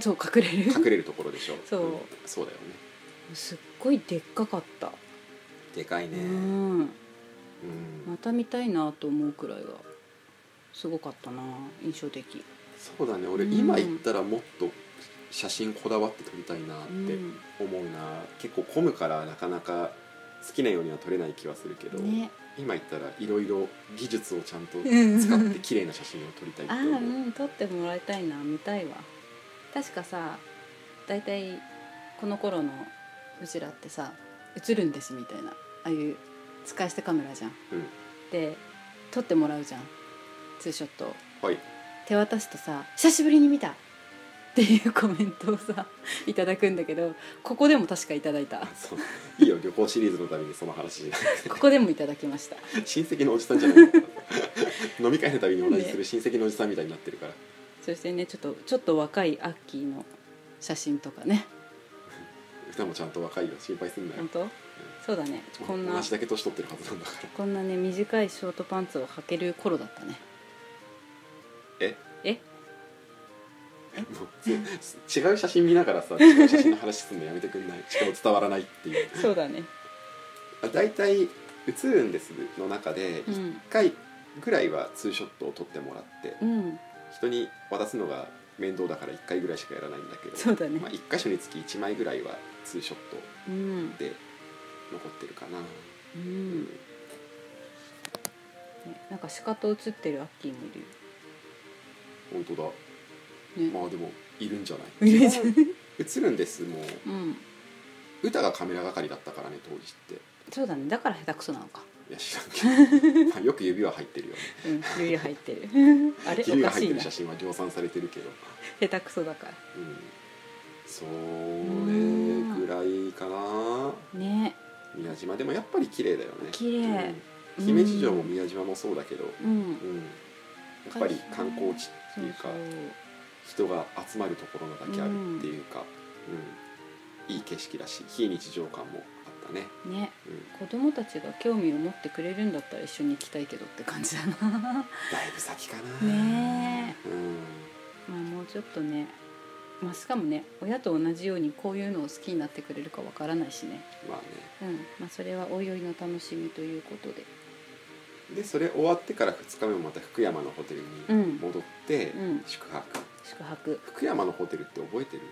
[SPEAKER 3] そう隠れる
[SPEAKER 1] 隠れるところでしょ
[SPEAKER 3] そうん
[SPEAKER 1] そうだよね
[SPEAKER 3] すっごいでっかかった、
[SPEAKER 1] でかいね、
[SPEAKER 3] う
[SPEAKER 1] うん
[SPEAKER 3] んまた見たいなと思うくらいがすごかったな印象的
[SPEAKER 1] そうだね俺、
[SPEAKER 3] うん
[SPEAKER 1] 今行ったらもっと写真こだわって撮りたいなっ
[SPEAKER 3] うん
[SPEAKER 1] て思うな、結構混むからなかなか好きなようには撮れない気はするけど、
[SPEAKER 3] ね
[SPEAKER 1] 今行ったらいろいろ技術をちゃんと使
[SPEAKER 3] 使
[SPEAKER 1] って綺麗な写真を撮りたい
[SPEAKER 3] ああ
[SPEAKER 1] と思う、
[SPEAKER 3] うん撮ってもらいたいな見たいわ確かさ大体この頃のうちらってさ映るんですみたいなああいう使い捨てカメラじゃん
[SPEAKER 1] うん、
[SPEAKER 3] で撮ってもらうじゃんツーショットを
[SPEAKER 1] はい
[SPEAKER 3] 手渡すとさ「久しぶりに見た!」っていうコメントをさいただくんだけどここでも確かいただいた
[SPEAKER 1] そういいよ旅行シリーズのためにその話しない
[SPEAKER 3] ここでもいただきました
[SPEAKER 1] 親戚のおじさんじゃ ないから飲み会のたびに同じする親戚のおじさんみたいになってるから
[SPEAKER 3] そしてねちょっとちょっと若いアッキーの写真とかね
[SPEAKER 1] 歌もちゃんと若いよ心配すんなよ
[SPEAKER 3] 本当そうだねこんな
[SPEAKER 1] 同じだけ年取ってるはずなんだから
[SPEAKER 3] こんなね短いショートパンツを履ける頃だったね
[SPEAKER 1] え
[SPEAKER 3] え
[SPEAKER 1] もうぜ違う写真見ながらさ違う写真の話すんのやめてくんないしかも伝わらないっていう
[SPEAKER 3] そう だね
[SPEAKER 1] あ大体「映るんです」の中で
[SPEAKER 3] う
[SPEAKER 1] 1
[SPEAKER 3] ん
[SPEAKER 1] 回ぐらいはツーショットを撮ってもらって
[SPEAKER 3] うん
[SPEAKER 1] 人に渡すのが面倒だから1回ぐらいしかやらないんだけど
[SPEAKER 3] そうだね
[SPEAKER 1] まあ、1箇所につき1枚ぐらいはツーショット
[SPEAKER 3] うん
[SPEAKER 1] で残ってるかな、
[SPEAKER 3] う、
[SPEAKER 1] うん
[SPEAKER 3] ね、なんか鹿と写ってるアッキーもいるよ
[SPEAKER 1] 本当だ
[SPEAKER 3] ね
[SPEAKER 1] まあでもいるんじゃない
[SPEAKER 3] いるんじゃ
[SPEAKER 1] 基本 映るんですもう
[SPEAKER 3] うん
[SPEAKER 1] 歌がカメラ係だったからね当時って
[SPEAKER 3] そうだねだから下手くそなのか
[SPEAKER 1] いや知らんけ どまあよく指は入ってるよね
[SPEAKER 3] うん指入ってる あれ
[SPEAKER 1] 指
[SPEAKER 3] お
[SPEAKER 1] が
[SPEAKER 3] か
[SPEAKER 1] 入
[SPEAKER 3] し
[SPEAKER 1] って
[SPEAKER 3] い
[SPEAKER 1] る
[SPEAKER 3] な下
[SPEAKER 1] 写真は量産されてるけど
[SPEAKER 3] 手くそだか
[SPEAKER 1] うんそれ
[SPEAKER 3] ん
[SPEAKER 1] ぐらいかな
[SPEAKER 3] らね
[SPEAKER 1] 宮島でもやっぱり綺麗だよね
[SPEAKER 3] 綺麗
[SPEAKER 1] うん姫路城も宮島もそうだけど、
[SPEAKER 3] う
[SPEAKER 1] うんん、やっぱり観光地って
[SPEAKER 3] そう
[SPEAKER 1] いうか
[SPEAKER 3] そう
[SPEAKER 1] 人が集まるところのだけあるっていうか、うんいい景色だし非日常感もあったね、
[SPEAKER 3] ね
[SPEAKER 1] う
[SPEAKER 3] 子
[SPEAKER 1] ん、
[SPEAKER 3] 供たちが興味を持ってくれるんだったら一緒に行きたいけどって感じだな
[SPEAKER 1] だいぶ先かな
[SPEAKER 3] ね
[SPEAKER 1] うん
[SPEAKER 3] まあもうちょっとねまあしかもね親と同じようにこういうのを好きになってくれるかわからないしね
[SPEAKER 1] まあ
[SPEAKER 3] うんまあそれはおいおいの楽しみということで
[SPEAKER 1] ねでそれ終わってから2日目もまた福山のホテル
[SPEAKER 3] うん
[SPEAKER 1] に戻って
[SPEAKER 3] うん
[SPEAKER 1] 宿泊、
[SPEAKER 3] 宿泊
[SPEAKER 1] 福山のホテルって覚えてる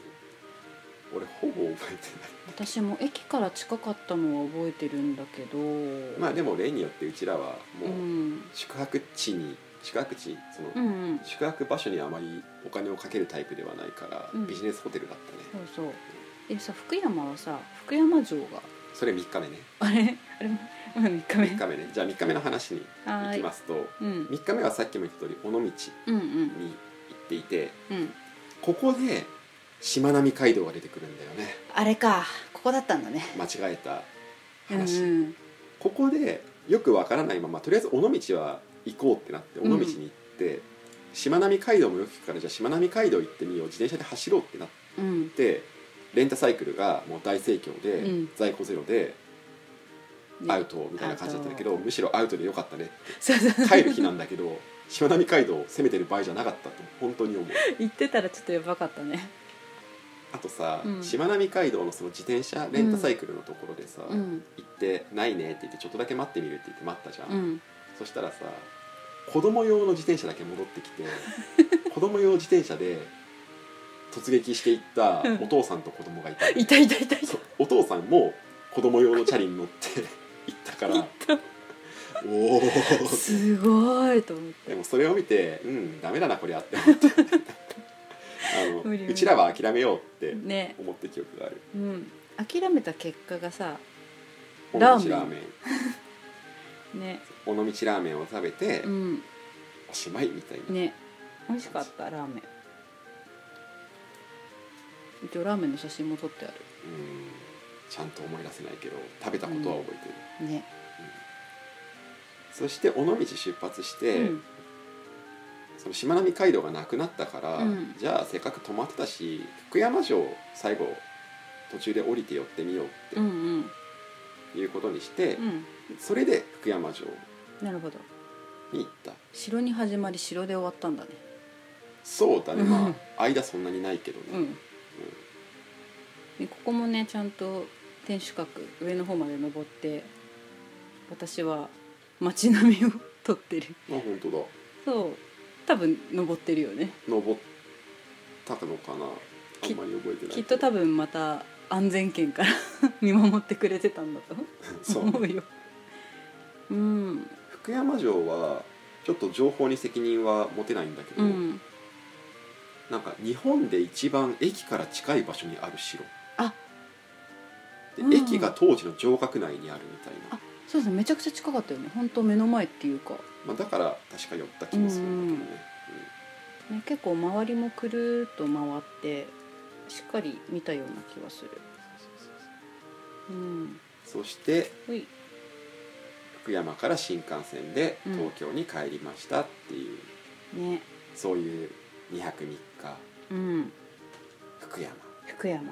[SPEAKER 1] 俺ほぼ覚えて
[SPEAKER 3] 私も駅から近かったのは覚えてるんだけど
[SPEAKER 1] ないまあでも例によってうちらは
[SPEAKER 3] う
[SPEAKER 1] もうん宿泊地に宿泊地その、
[SPEAKER 3] うんうん
[SPEAKER 1] 宿泊場所にあまりお金をかけるタイプではないから、
[SPEAKER 3] うん
[SPEAKER 1] ビジネスホテルだったね
[SPEAKER 3] そうそうでさ福山はさ福山城が
[SPEAKER 1] それ3日目ね
[SPEAKER 3] あれあれもまだ3日目
[SPEAKER 1] 3日目ねじゃあ3日目の話に
[SPEAKER 3] は
[SPEAKER 1] 行
[SPEAKER 3] ー
[SPEAKER 1] き
[SPEAKER 3] い
[SPEAKER 1] ますと
[SPEAKER 3] うん
[SPEAKER 1] 3日目はさっきも言った通り尾道に行
[SPEAKER 3] うんうん
[SPEAKER 1] っていて
[SPEAKER 3] うん
[SPEAKER 1] ここでしまなみ海道が出てくるんだよね
[SPEAKER 3] あれかここだったんだね
[SPEAKER 1] 間違えた
[SPEAKER 3] うんう
[SPEAKER 1] 話、
[SPEAKER 3] ん
[SPEAKER 1] ここでよくわからないままとりあえず尾道は行こうってなって尾道に行って、しまなみ海道もよく聞くからじゃあしまなみ海道行ってみよう自転車で走ろうってなっ
[SPEAKER 3] うん
[SPEAKER 1] てレンタサイクルがもう大盛況で、
[SPEAKER 3] うん
[SPEAKER 1] 在庫ゼロで
[SPEAKER 3] ね
[SPEAKER 1] アウトみたいな感じだったんだけど、むしろアウトでよかったね
[SPEAKER 3] そうそう
[SPEAKER 1] 帰る日なんだ けどしまなみ海道を攻めてる場合じゃなかったと本当に思う
[SPEAKER 3] 言ってたらちょっとやばかったね
[SPEAKER 1] あとさ
[SPEAKER 3] うん
[SPEAKER 1] しまなみ海道のその自転車レンタサイクルのところでさ、
[SPEAKER 3] うん
[SPEAKER 1] 行って「ないね」って言って「ちょっとだけ待ってみる」って言って待ったじゃん、
[SPEAKER 3] うん
[SPEAKER 1] そしたらさ子供用の自転車だけ戻ってき て子供用自転車で突撃していったお父さんと子供がいた
[SPEAKER 3] いたいたいたい
[SPEAKER 1] そうお父さんも子供用のチャリに乗って 行ったからおお
[SPEAKER 3] たすごいと思って
[SPEAKER 1] でもそれを見てうんダメだなこりゃって思って
[SPEAKER 3] 無理
[SPEAKER 1] あ
[SPEAKER 3] 無
[SPEAKER 1] の
[SPEAKER 3] 理
[SPEAKER 1] うちらは諦めようって
[SPEAKER 3] ね
[SPEAKER 1] 思って記憶がある
[SPEAKER 3] うん諦めた結果がさ
[SPEAKER 1] 尾道
[SPEAKER 3] ラ
[SPEAKER 1] ラ
[SPEAKER 3] ーメン
[SPEAKER 1] ーメン
[SPEAKER 3] ね
[SPEAKER 1] 尾道ラーメンを食べて
[SPEAKER 3] うん
[SPEAKER 1] おしまいみたいな、
[SPEAKER 3] ね美味しかったラーメン一応ラーメンの写真も撮ってあ
[SPEAKER 1] うんちゃんと思い出せないけど食べたことは覚えて
[SPEAKER 3] る
[SPEAKER 1] る、
[SPEAKER 3] ね、
[SPEAKER 1] そして尾道出発し
[SPEAKER 3] う
[SPEAKER 1] て、
[SPEAKER 3] ん、
[SPEAKER 1] そのしまなみ海道がなくなったから、
[SPEAKER 3] うん
[SPEAKER 1] じゃあせっかく泊まってたし福山城最後途中で降りて寄ってみよ
[SPEAKER 3] う
[SPEAKER 1] うっ
[SPEAKER 3] んうん
[SPEAKER 1] ていうことにして
[SPEAKER 3] う、ん
[SPEAKER 1] それで福山城
[SPEAKER 3] なるほど
[SPEAKER 1] に行った
[SPEAKER 3] 城に始まり城で終わったんだね
[SPEAKER 1] そうだね
[SPEAKER 3] う
[SPEAKER 1] ま
[SPEAKER 3] ん
[SPEAKER 1] あ間そんなにないけどね、
[SPEAKER 3] うんでここもねちゃんと天守閣上の方まで登って私は街並みを撮ってる
[SPEAKER 1] まあ本当だ
[SPEAKER 3] そう多分登ってるよね
[SPEAKER 1] 登ったのかなあ
[SPEAKER 3] き
[SPEAKER 1] んまり覚えてない
[SPEAKER 3] き
[SPEAKER 1] け
[SPEAKER 3] っ
[SPEAKER 1] ど
[SPEAKER 3] と多分また安全圏から 見守ってくれてたんだと
[SPEAKER 1] そう
[SPEAKER 3] 思うようん
[SPEAKER 1] 福山城はちょっと情報に責任は持てないんだけど、
[SPEAKER 3] うん
[SPEAKER 1] なんか日本で一番駅から近い場所にある城
[SPEAKER 3] あ
[SPEAKER 1] で、
[SPEAKER 3] うん
[SPEAKER 1] 駅が当時の城郭内にあるみたいな
[SPEAKER 3] あそうですねめちゃくちゃ近かったよね本当目の前っていうか、
[SPEAKER 1] まあ、だから確か寄った気もするんだけどね、
[SPEAKER 3] ね、結構周りもくるっと回ってしっかり見たような気がするうん
[SPEAKER 1] うんそして
[SPEAKER 3] ほい
[SPEAKER 1] 福山から新幹線で
[SPEAKER 3] うん
[SPEAKER 1] 東京に帰りましたっていう、
[SPEAKER 3] ね
[SPEAKER 1] そういう2泊3日
[SPEAKER 3] うん
[SPEAKER 1] 福山
[SPEAKER 3] 福 山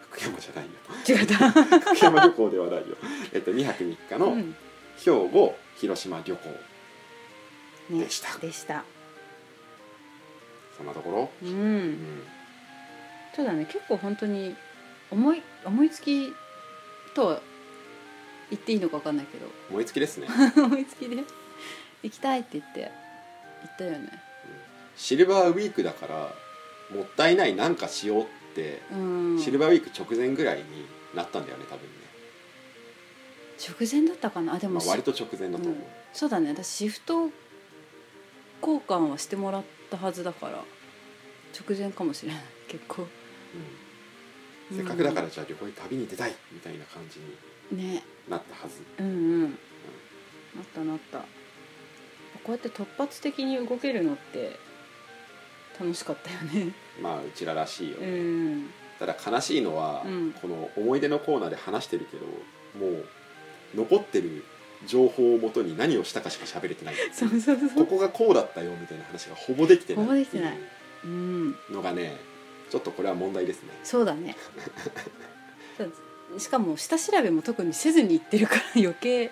[SPEAKER 1] 福山じゃない
[SPEAKER 3] 違った
[SPEAKER 1] よ福山旅行ではないよえっと2泊3日
[SPEAKER 3] う
[SPEAKER 1] の
[SPEAKER 3] ん
[SPEAKER 1] 兵庫広島旅行、
[SPEAKER 3] ね
[SPEAKER 1] でした
[SPEAKER 3] でした
[SPEAKER 1] そんなところ、
[SPEAKER 3] う
[SPEAKER 1] うんん、
[SPEAKER 3] そうだね結構本当に思い思いつきとは言っていいのか分かんないけど
[SPEAKER 1] 燃え尽きですね
[SPEAKER 3] 思いつきで行きたいって言って行ったよね
[SPEAKER 1] シルバーウィークだからもったいないなんかしようって、
[SPEAKER 3] うん
[SPEAKER 1] シルバーウィーク直前ぐらいになったんだよね多分ね、
[SPEAKER 3] 直前だったかなあでも
[SPEAKER 1] まあ、
[SPEAKER 3] し
[SPEAKER 1] 割と直前だと思う、
[SPEAKER 3] うんそうだね私シフト交換はしてもらったはずだから直前かもしれない 結構
[SPEAKER 1] うんせっかくだからじゃあ旅行に旅に出たいみたいな感じに
[SPEAKER 3] ね
[SPEAKER 1] なったはず、
[SPEAKER 3] うんうんなったなったこうやって突発的に動けるのって楽しかったよね
[SPEAKER 1] まあうちららしいよ、
[SPEAKER 3] うん
[SPEAKER 1] ただ悲しいのは、
[SPEAKER 3] うん
[SPEAKER 1] この思い出のコーナーで話してるけどもう残ってる情報をもとに何をしたかしか喋れてない
[SPEAKER 3] そうそうそ
[SPEAKER 1] こ
[SPEAKER 3] う
[SPEAKER 1] こがこうだったよみたいな話がほぼできてない
[SPEAKER 3] ほぼでき
[SPEAKER 1] っ
[SPEAKER 3] て
[SPEAKER 1] てい
[SPEAKER 3] ないううん
[SPEAKER 1] のがねちょっとこれは問題ですね
[SPEAKER 3] そうだね そうしかも下調べも特にせずに行ってるから余計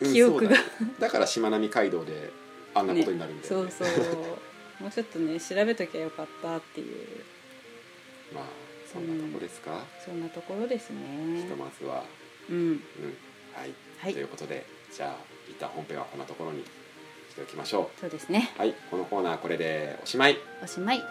[SPEAKER 1] うん
[SPEAKER 3] 記憶が
[SPEAKER 1] そうだ,、ね、だからしまなみ海道であんなことになるんだよ
[SPEAKER 3] そ
[SPEAKER 1] ね
[SPEAKER 3] うそうもうちょっとね調べときゃよかったっていう
[SPEAKER 1] まあそんなとこですか、
[SPEAKER 3] そんなところですね
[SPEAKER 1] ひとまずは、
[SPEAKER 3] うん
[SPEAKER 1] うんはい、
[SPEAKER 3] はい
[SPEAKER 1] ということでじゃあ一旦本編はこんなところにしておきましょ
[SPEAKER 3] そうですね
[SPEAKER 1] うはいこのコーナーこれでおしまい
[SPEAKER 3] おしまい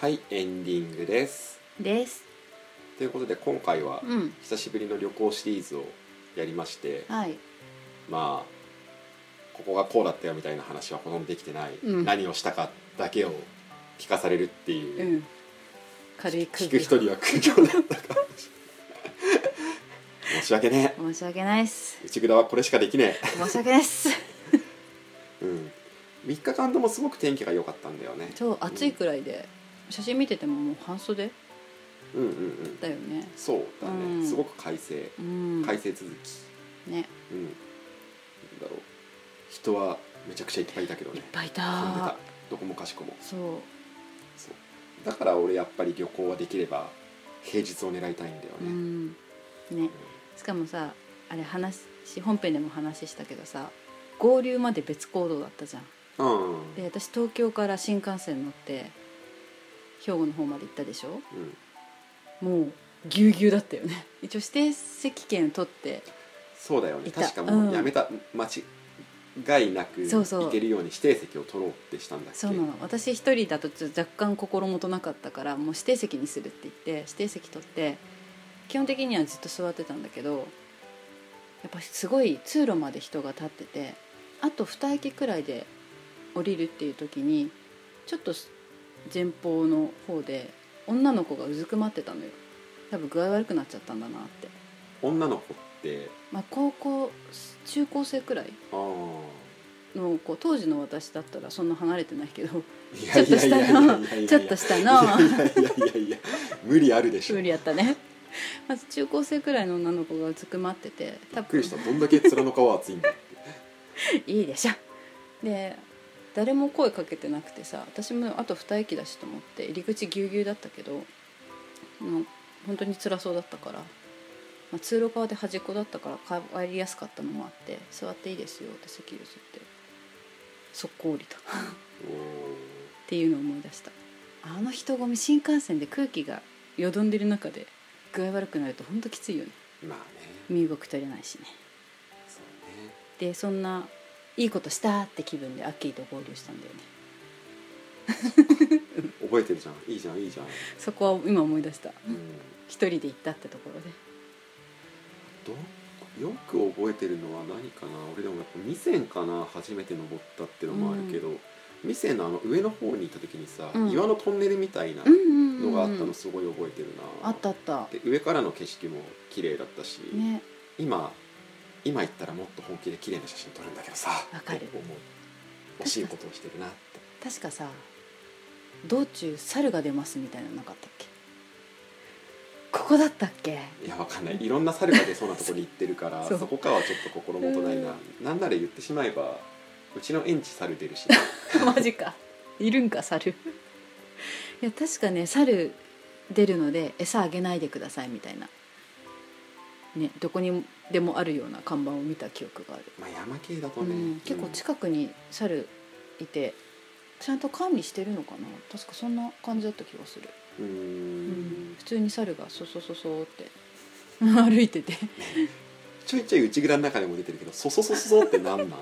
[SPEAKER 1] はいエンディングです
[SPEAKER 3] です
[SPEAKER 1] ということで今回は
[SPEAKER 3] うん
[SPEAKER 1] 久しぶりの旅行シリーズをやりまして
[SPEAKER 3] はい
[SPEAKER 1] まあここがこうだったよみたいな話はほとんどできてない、
[SPEAKER 3] うん
[SPEAKER 1] 何をしたかだけを聞かされるっていう
[SPEAKER 3] う、ん軽い
[SPEAKER 1] 聞
[SPEAKER 3] 空
[SPEAKER 1] く
[SPEAKER 3] 気
[SPEAKER 1] 人には苦境だったかもしれない申し訳ねえ
[SPEAKER 3] 申し訳ないっす
[SPEAKER 1] 内蔵はこれしかできね
[SPEAKER 3] 申し訳ないっす
[SPEAKER 1] え、うん、3日間ともすごく天気が良かったんだよね
[SPEAKER 3] 超暑いくらいで写真見ててももう半袖
[SPEAKER 1] うんうんうん
[SPEAKER 3] だよね
[SPEAKER 1] そうだね、
[SPEAKER 3] うん
[SPEAKER 1] すごく快晴
[SPEAKER 3] うん
[SPEAKER 1] 快晴続き
[SPEAKER 3] ね
[SPEAKER 1] うんなんだろう人はめちゃくちゃいっぱいいたけど
[SPEAKER 3] いっ
[SPEAKER 1] ね
[SPEAKER 3] ぱいい
[SPEAKER 1] 混んでた
[SPEAKER 3] た
[SPEAKER 1] どこもかしこも
[SPEAKER 3] そう
[SPEAKER 1] そうだから俺やっぱり旅行はできれば平日を狙いたいんだよ
[SPEAKER 3] う
[SPEAKER 1] ね、
[SPEAKER 3] んねしかもさあれ話本編でも話したけどさ合流まで別行動だったじゃん
[SPEAKER 1] うん、うん
[SPEAKER 3] で私東京から新幹線乗って兵庫の方まで行ったでしょ
[SPEAKER 1] うん
[SPEAKER 3] もうぎゅうぎゅうだったよね一応指定席券取って
[SPEAKER 1] そうだよね
[SPEAKER 3] いた
[SPEAKER 1] 確かもうんうやめた、間違いなく
[SPEAKER 3] そうそう
[SPEAKER 1] 行けるように指定席を取ろうってしたんだっけ
[SPEAKER 3] そうなの私一人だとちょっと若干心もとなかったからもう指定席にするって言って指定席取って基本的にはずっと座ってたんだけどやっぱすごい通路まで人が立っててあと2駅くらいで降りるっていう時にちょっと前方の方で女の子がうずくまってたのよ多分具合悪くなっちゃったんだなって、
[SPEAKER 1] 女の子って
[SPEAKER 3] まあ、高校中高生くらい
[SPEAKER 1] あ
[SPEAKER 3] のこう当時の私だったらそんな離れてないけど
[SPEAKER 1] あい
[SPEAKER 3] ちょっと下の ちょっと
[SPEAKER 1] し
[SPEAKER 3] 下
[SPEAKER 1] た
[SPEAKER 3] の
[SPEAKER 1] いやいやいやいや無理あるでしょ
[SPEAKER 3] 無理やったねまず中高生くらいの女の子がうずくまってて
[SPEAKER 1] び
[SPEAKER 3] 多
[SPEAKER 1] っく
[SPEAKER 3] 分
[SPEAKER 1] りしたどんだけ面の皮厚いんだって
[SPEAKER 3] いいでしょで誰も声かけてなくてさ私もあと2駅だしと思って入り口ぎゅうぎゅうだったけどもう本当に辛そうだったから、まあ、通路側で端っこだったから帰りやすかったのもあって「座っていいですよ」って席譲って速攻降りたっ
[SPEAKER 1] お
[SPEAKER 3] ていうのを思い出したあの人混み新幹線で空気がよどんでる中で具合悪くなると本当きついよね
[SPEAKER 1] ーまあね
[SPEAKER 3] 身動き取れないしね
[SPEAKER 1] そうね
[SPEAKER 3] でそんないいことしたって気分でアッキーと合流したんだよね
[SPEAKER 1] 覚えてるじゃんいいじゃんいいじゃん、
[SPEAKER 3] そこは今思い出した
[SPEAKER 1] うん、
[SPEAKER 3] 一人で行ったってところで
[SPEAKER 1] どよく覚えてるのは何かな俺でもやっぱ味仙かな初めて登ったってのもあるけど、味仙のあの上の方に行った時にさ、
[SPEAKER 3] うん
[SPEAKER 1] 岩のトンネルみたいな
[SPEAKER 3] うん
[SPEAKER 1] のがあったのすごい覚えてるな、
[SPEAKER 3] あったあった
[SPEAKER 1] で上からの景色も綺麗だったし、
[SPEAKER 3] ね
[SPEAKER 1] 今今行ったらもっと本気で綺麗な写真撮るんだけどさ
[SPEAKER 3] わかる
[SPEAKER 1] って思う惜しいことをしてるなって
[SPEAKER 3] 確かさ道中猿が出ますみたいなのなかったっけここだったっけ
[SPEAKER 1] いやわかんないいろんな猿が出そうなとこに行ってるから
[SPEAKER 3] そう
[SPEAKER 1] そこからはちょっと心もとないな、なんなら言ってしまえばうちの園地猿出るし
[SPEAKER 3] マジかいるんか猿いや確かね猿出るので餌あげないでくださいみたいなねどこにでもあるような看板を見た記憶がある
[SPEAKER 1] まあ山系だと
[SPEAKER 3] う
[SPEAKER 1] ね、
[SPEAKER 3] ん、結構近くに猿いてちゃんと管理してるのかな確かそんな感じだった気がする、
[SPEAKER 1] うー
[SPEAKER 3] うん普通に猿がそそそそって 歩いて て
[SPEAKER 1] ちょいちょい内蔵の中でも出てるけど「そそそそそ」ってなんなん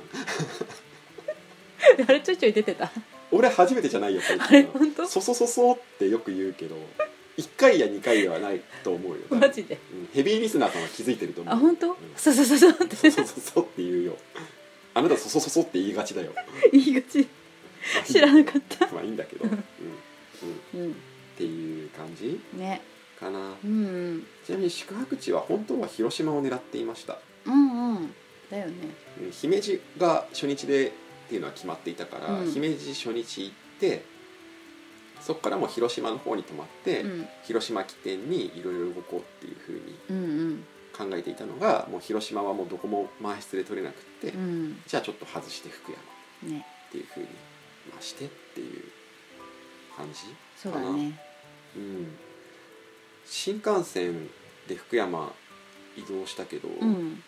[SPEAKER 3] あれちょいちょい出てた
[SPEAKER 1] 俺初めてじゃないよこ
[SPEAKER 3] あ
[SPEAKER 1] れ
[SPEAKER 3] れ本当
[SPEAKER 1] そそそそ」ってよく言うけど1回や2回ではないと思うよ多分
[SPEAKER 3] マジで
[SPEAKER 1] うんヘビーリスナーさんは気づいてると思う
[SPEAKER 3] あ本
[SPEAKER 1] う
[SPEAKER 3] 当
[SPEAKER 1] ん
[SPEAKER 3] そそそそって
[SPEAKER 1] そそそそって言うよあなたそそそそって言いがちだよ
[SPEAKER 3] 言いがち 知らなかった
[SPEAKER 1] まあいいんだけど、うんうん、っ
[SPEAKER 3] うん
[SPEAKER 1] ていう感じ
[SPEAKER 3] ね
[SPEAKER 1] かな
[SPEAKER 3] うんうん
[SPEAKER 1] ちなみに宿泊地は本当は広島を狙っていました
[SPEAKER 3] うんうんだよね
[SPEAKER 1] うん姫路が初日でっていうのは決まっていたから、
[SPEAKER 3] うん
[SPEAKER 1] 姫路初日行ってそこからもう広島の方に泊まって、
[SPEAKER 3] うん
[SPEAKER 1] 広島起点にいろいろ動こうっていうふうに
[SPEAKER 3] うん
[SPEAKER 1] 考えていたのがもう広島はもうどこも満室で取れなくって、
[SPEAKER 3] うん
[SPEAKER 1] じゃあちょっと外して福山っ
[SPEAKER 3] うんね
[SPEAKER 1] ていうふうに、まあ、してっていう感じ
[SPEAKER 3] そうだね
[SPEAKER 1] うん新幹線で福山移動したけど、
[SPEAKER 3] うん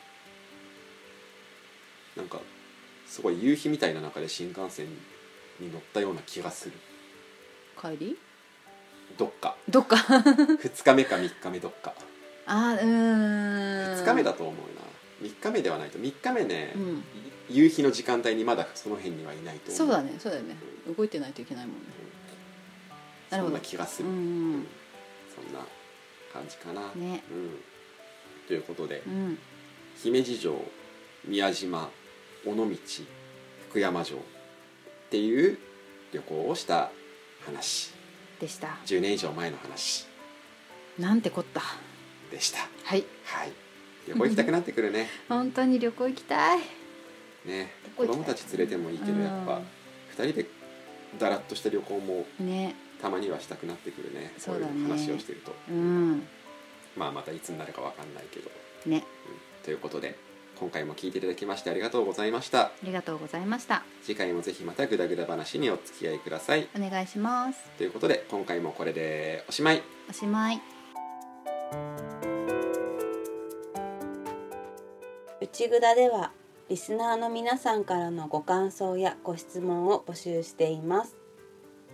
[SPEAKER 1] なんかすごい夕日みたいな中で新幹線に乗ったような気がする
[SPEAKER 3] 帰り
[SPEAKER 1] どっか
[SPEAKER 3] どっか
[SPEAKER 1] 2日目か3日目どっか
[SPEAKER 3] あーうーん
[SPEAKER 1] 2日目だと思うな3日目ではないと3日目ね、
[SPEAKER 3] うん
[SPEAKER 1] 夕日の時間帯にまだその辺にはいないと思う
[SPEAKER 3] そうだねそうだよね動いてないといけないもんねなる
[SPEAKER 1] そ
[SPEAKER 3] ほ
[SPEAKER 1] ん
[SPEAKER 3] ど
[SPEAKER 1] な気がす
[SPEAKER 3] う
[SPEAKER 1] る、
[SPEAKER 3] ん
[SPEAKER 1] そんな感じかな、
[SPEAKER 3] うんね
[SPEAKER 1] うん、ということで、
[SPEAKER 3] うん
[SPEAKER 1] 姫路城宮島尾道福山城っていう旅行をした話
[SPEAKER 3] でした
[SPEAKER 1] 10年以上前の話
[SPEAKER 3] なんてこった
[SPEAKER 1] でした
[SPEAKER 3] はい
[SPEAKER 1] はい旅行行きたくなってく るね
[SPEAKER 3] 本当に旅行行きたい
[SPEAKER 1] ね
[SPEAKER 3] どこ
[SPEAKER 1] 子
[SPEAKER 3] 行きたい
[SPEAKER 1] 供たち連れてもいいけどやっぱ2人でだらっとした旅行も
[SPEAKER 3] うんね
[SPEAKER 1] たまにはしたくなってくるね
[SPEAKER 3] そうだね
[SPEAKER 1] こい話をしてると
[SPEAKER 3] うん
[SPEAKER 1] まあまたいつになるかわかんないけど、う
[SPEAKER 3] ね
[SPEAKER 1] んということで今回も聞いていただきましてありがとうございました
[SPEAKER 3] ありがとうございました
[SPEAKER 1] 次回もぜひまたグダグダ話にお付き合いください
[SPEAKER 3] お願いします
[SPEAKER 1] ということで今回もこれでおしまい
[SPEAKER 3] おしまい
[SPEAKER 2] 内ぐだではリスナーの皆さんからのご感想やご質問を募集しています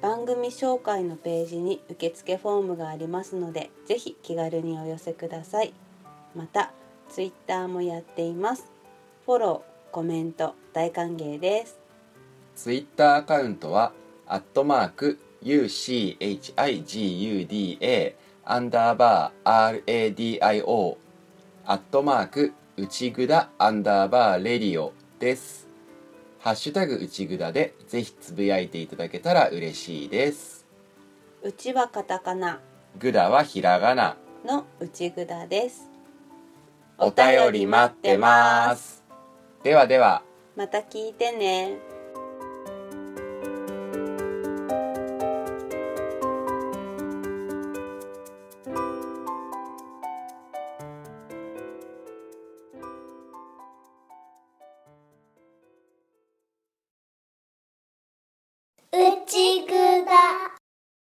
[SPEAKER 2] 番組紹介のページに受付フォームがありますのでぜひ気軽にお寄せくださいまたツイッターもやっていますフォロー、コメント大歓迎です
[SPEAKER 1] ツイッターアカウントは、アットマーク、UCHIGUDA、アンダーバー、RADIO、アットマーク、内ぐだ、アンダーバー、レディオです。ハッシュタグ内ぐだでぜひつぶやいていただけたら嬉しいです。
[SPEAKER 3] うちはカタカナ
[SPEAKER 1] ぐだはひらがな。
[SPEAKER 3] の内ぐだです
[SPEAKER 1] お便り待ってます。ではでは。
[SPEAKER 3] また聞いてね
[SPEAKER 4] うち